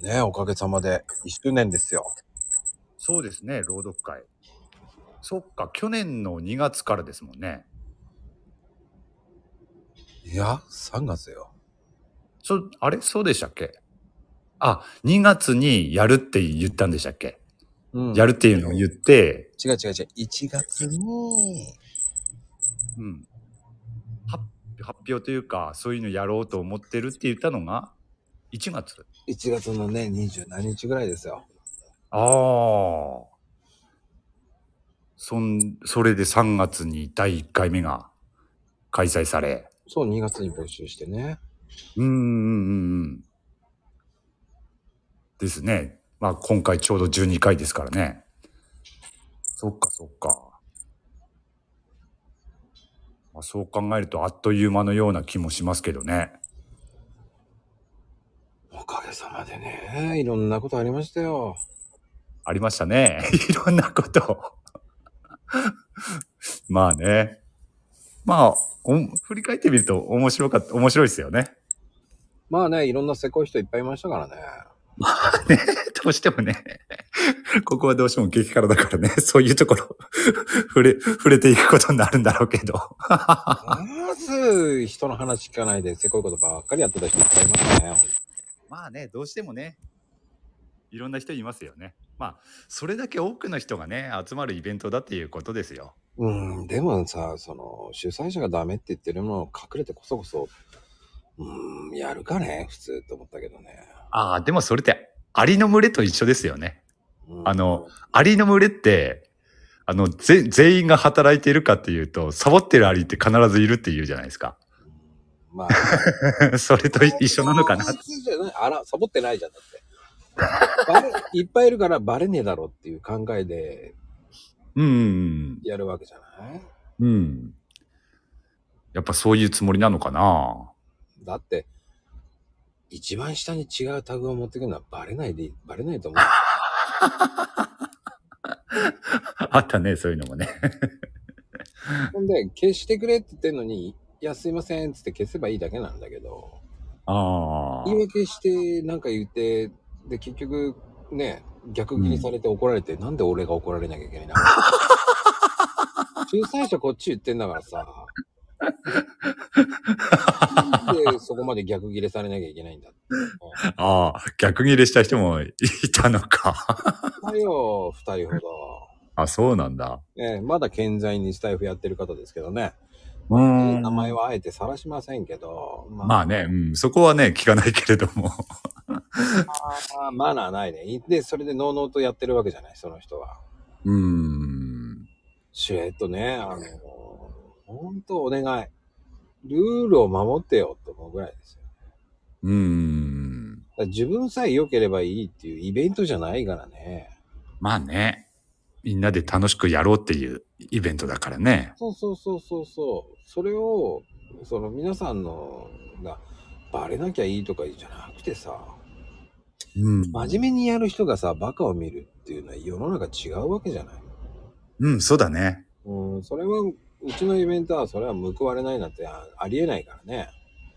ね、おかげさまで1周年ですよ。そうですね、朗読会。そっか、去年の2月からですもんね。いや、3月よ。そ、あれそうでしたっけあ、2月にやるって言ったんでしたっけ、うんやるっていうのを言って、違う違う違う。1月に、うん。発発表というか、そういうのやろうと思ってるって言ったのが、1月1月のね、20何日ぐらいですよ。ああ。そん、それで3月に第1回目が開催され。そう、2月に募集してね。うんうんうんうん。ですね。まあ今回ちょうど12回ですからね。そっかそっか。まあ、そう考えるとあっという間のような気もしますけどね。おかげさまでね、いろんなことありましたよ。ありましたね。いろんなこと。 まあね。まあ、お振り返ってみると面白かった、面白いですよね。まあね、いろんなせこい人いっぱいいましたからね。 どうしてもね、ここはどうしても激辛だからね、 そういうところ、触れ、触れていくことになるんだろうけど。まず、人の話聞かないでせこいことばっかりやってた人いっぱいいましたね。 まあね、どうしてもね、いろんな人いますよね。まあ、それだけ多くの人がね、集まるイベントだっていうことですよ。うん、でもさ、その、主催者がダメって言ってるのを隠れてこそこそ、うん、やるかね、普通って思ったけどね。ああ、でもそれって、アリの群れと一緒ですよね。うんあの、アリの群れって、あの、ぜ全員が働いているかっていうと、サボってるアリって必ずいるっていうじゃないですか。 まあ、それ と一緒なのかな。じゃないあら、サボってないじゃん、だって。バレ いっぱいいるからバレねえだろっていう考えで うん。やるわけじゃないうん。やっぱそういうつもりなのかな。だって、一番下に違うタグを持ってくるのはバレないでいい、バレないと 思う。 あったね、そういうのもね。ほんで、消してくれって言ってんのに、いや、すいませんっつって消せばいいだけなんだけど、ああ言い。訳して、なんか言って、で、結局、ね、逆切りされて怒られて、なんで俺が怒られなきゃいけないな。仲裁者こっち言ってんだからさ。なんでそこまで逆切れされなきゃいけないんだって。ああ、逆切れした人もいたのか。だよ、二人ほど。 あ、そうなんだ。ええまだ健在にスタイフやってる方ですけどね。う名前はあえて晒しませんけど、ままあね、うん、そこはね、聞かないけれど も。まあマナーないね。で、それでノーノーとやってるわけじゃない、その人は。うん。シュエットね、あの、ほんとお願い。ルールを守ってよと思うぐらいですよ。うん。だから自分さえ良ければいいっていうイベントじゃないからね。まあね、みんなで楽しくやろうっていうイベントだからね。そうそうそうそうそう。それを、その皆さんのがバレなきゃいいとかじゃなくてさ、うん真面目にやる人がさ、バカを見るっていうのは世の中違うわけじゃない。うん、そうだね。うん、それは、うちのイベントはそれは報われないなんてあありえないからね。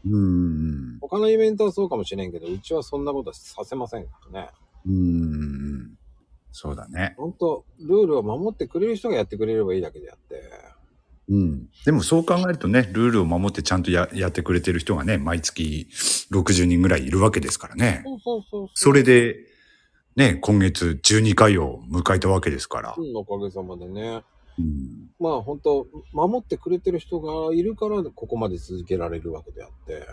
うん。他のイベントはそうかもしれんけど、うちはそんなことはさせませんからね。うん。そうだね。ほんと、ルールを守ってくれる人がやってくれればいいだけであって。うん。でもそう考えるとね、ルールを守ってちゃんとややってくれてる人がね、毎月60人ぐらいいるわけですからね。そうそうそうう。それで、ね、今月12回を迎えたわけですから。うん、おかげさまでね。うん。まあ本当守ってくれてる人がいるから、ここまで続けられるわけであって。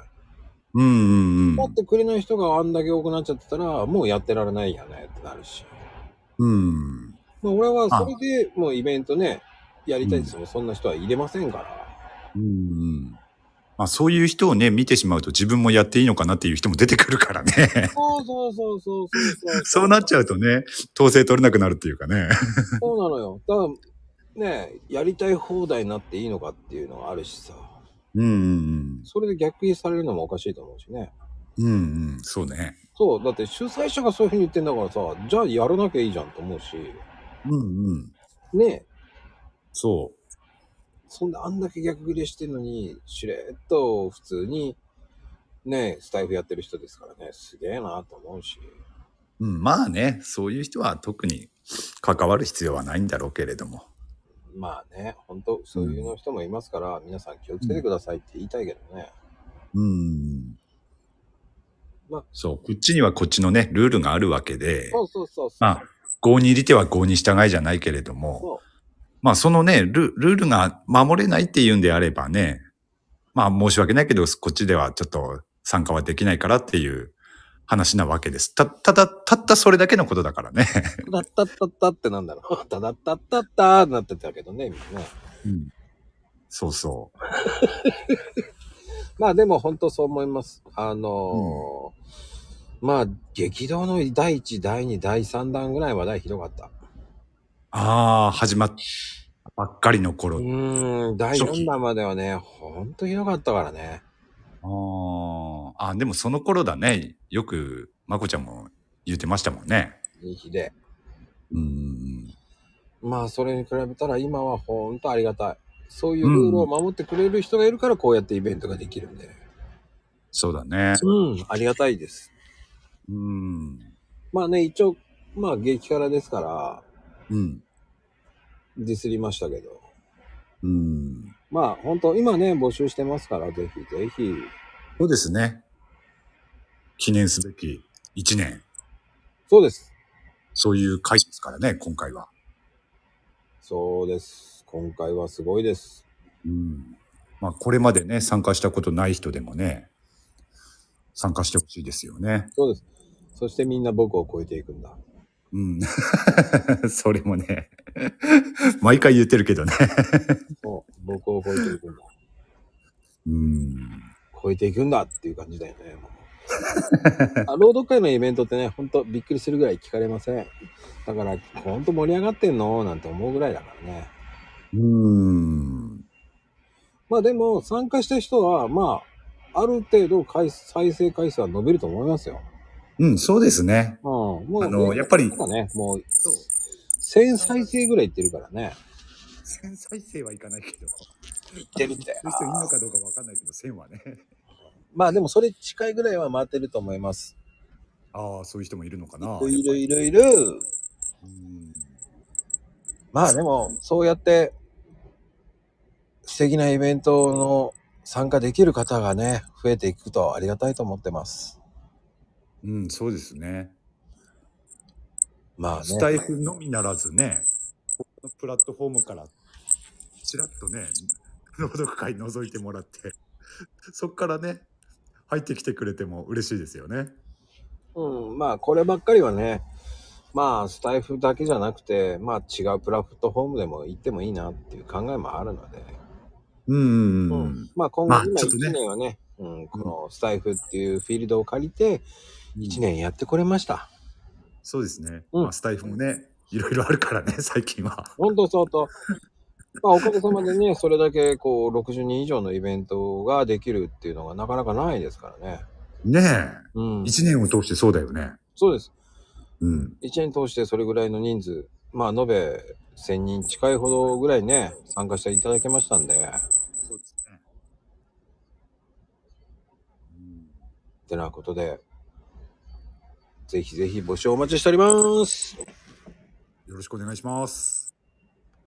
うんうんう守んっ。てくれない人があんだけ多くなっちゃってたら、もうやってられないよねってなるし。うん。まあ俺はそれでもうイベントね、やりたいですよ。そんな人は入れませんから。うん。まあそういう人をね、見てしまうと自分もやっていいのかなっていう人も出てくるから ね。そうそうそうそうそうそう。そうなっちゃうとね、統制取れなくなるっていうかね。そうなのよ。だから、ねやりたい放題になっていいのかっていうのがあるしさ。うんうんそれで逆にされるのもおかしいと思うしね。うん。うんうん。そうね。そう、だって主催者がそういうふうに言ってんだからさ、じゃあやらなきゃいいじゃんと思うし。うんうん。ねそそんなあんだけ逆ギレしてんのに、しれっと普通に、ねスタイフやってる人ですからね、すげえなと思うし。うん、まあね、そういう人は特に関わる必要はないんだろうけれども。まあね、本当そういうの人もいますから、皆さん気をつけてくださいって言いたいけどね。うん。まあそう、こっちにはこっちのね、ルールがあるわけで、そうそうそうそう。まあ、合に入り手は合に従いじゃないけれども、そまあそのね、ルルールが守れないっていうんであればね、まあ申し訳ないけど、こっちではちょっと参加はできないからっていう話なわけです。た、ただ、たったそれだけのことだからね。う。だったったったってなんだろう。 だだったったったーってなってたけどね、今ね。うん。 そうそう。まあでも本当そう思います。あのーまあ激動の第1、第2、第3弾ぐらいは題ひどかった。ああ、始まったばっかりの頃。うあーん、第4弾まではね、本当ひどかったからね。ーあ、でもその頃だね。よく、まこちゃんも言ってましたもんね。いい日で。うん。まあそれに比べたら今は本当ありがたい。そういうルールを守ってくれる人がいるからこうやってイベントができるんで。そうだね。うん、ありがたいです。うん。まあね、一応、まあ激辛ですから、うん。ディスりましたけど。うん。まあ本当今ね、募集してますから、ぜひぜひ。そうですね。記念すべき1年。そうです。そういう回ですからね、今回は。そうです。今回はすごいです。うん。まあ、これまでね、参加したことない人でもね、参加してほしいですよね。そうです。そしてみんな僕を超えていくんだ。うん。 それもね、毎回言ってるけどね。そう。僕を超えていくんだ。うん。超えていくんだっていう感じだよね。もうあ朗読会のイベントってね、ほんとびっくりするぐらい聞かれません。だから、ほんと盛り上がってんのなんて思うぐらいだからね。うん。まあでも、参加した人は、まあ、ある程度回再生回数は伸びると思いますよ。うん、そうですね。うん。もう、あのやっぱりなんかね、もう、1000再生ぐらいいってるからね。 1000再生はいかないけど。いってるってそういう人いるのかどうかわかんないけど、1000はね。まあでもそれ近いぐらいは回ってると思います。 ああ、そういう人もいるのかな。いるいるいる。うんまあでもそうやって素敵なイベントの参加できる方がね、増えていくとありがたいと思ってます。うん、そうですね。まあスタね。イフのみならずね、他のプラットフォームから、ちらっとね、朗読会覗いてもらって、そっからね、入ってきてくれても嬉しいですよね。うん、まあこればっかりはね、まあスタイフだけじゃなくて、まあ違うプラットフォームでも行ってもいいなっていう考えもあるので。うんうんうん。まあ今後まあ今ちょっとね1年はね、うん、このスタイフっていうフィールドを借りて1年やってこれました。そうですね。うんまあ、スタイフもね、いろいろあるからね、最近は。本当そうと。まあ、おかげさまでね、それだけこう、60人以上のイベントができるっていうのがなかなかないですからね。ねえ。うん。一年を通してそうだよね。そうです。うん。 1年通してそれぐらいの人数、まあ、延べ1000人近いほどぐらいね、参加していただけましたんで、そうですね。ってなことで、ぜひぜひ募集お待ちしております。よろしくお願いします。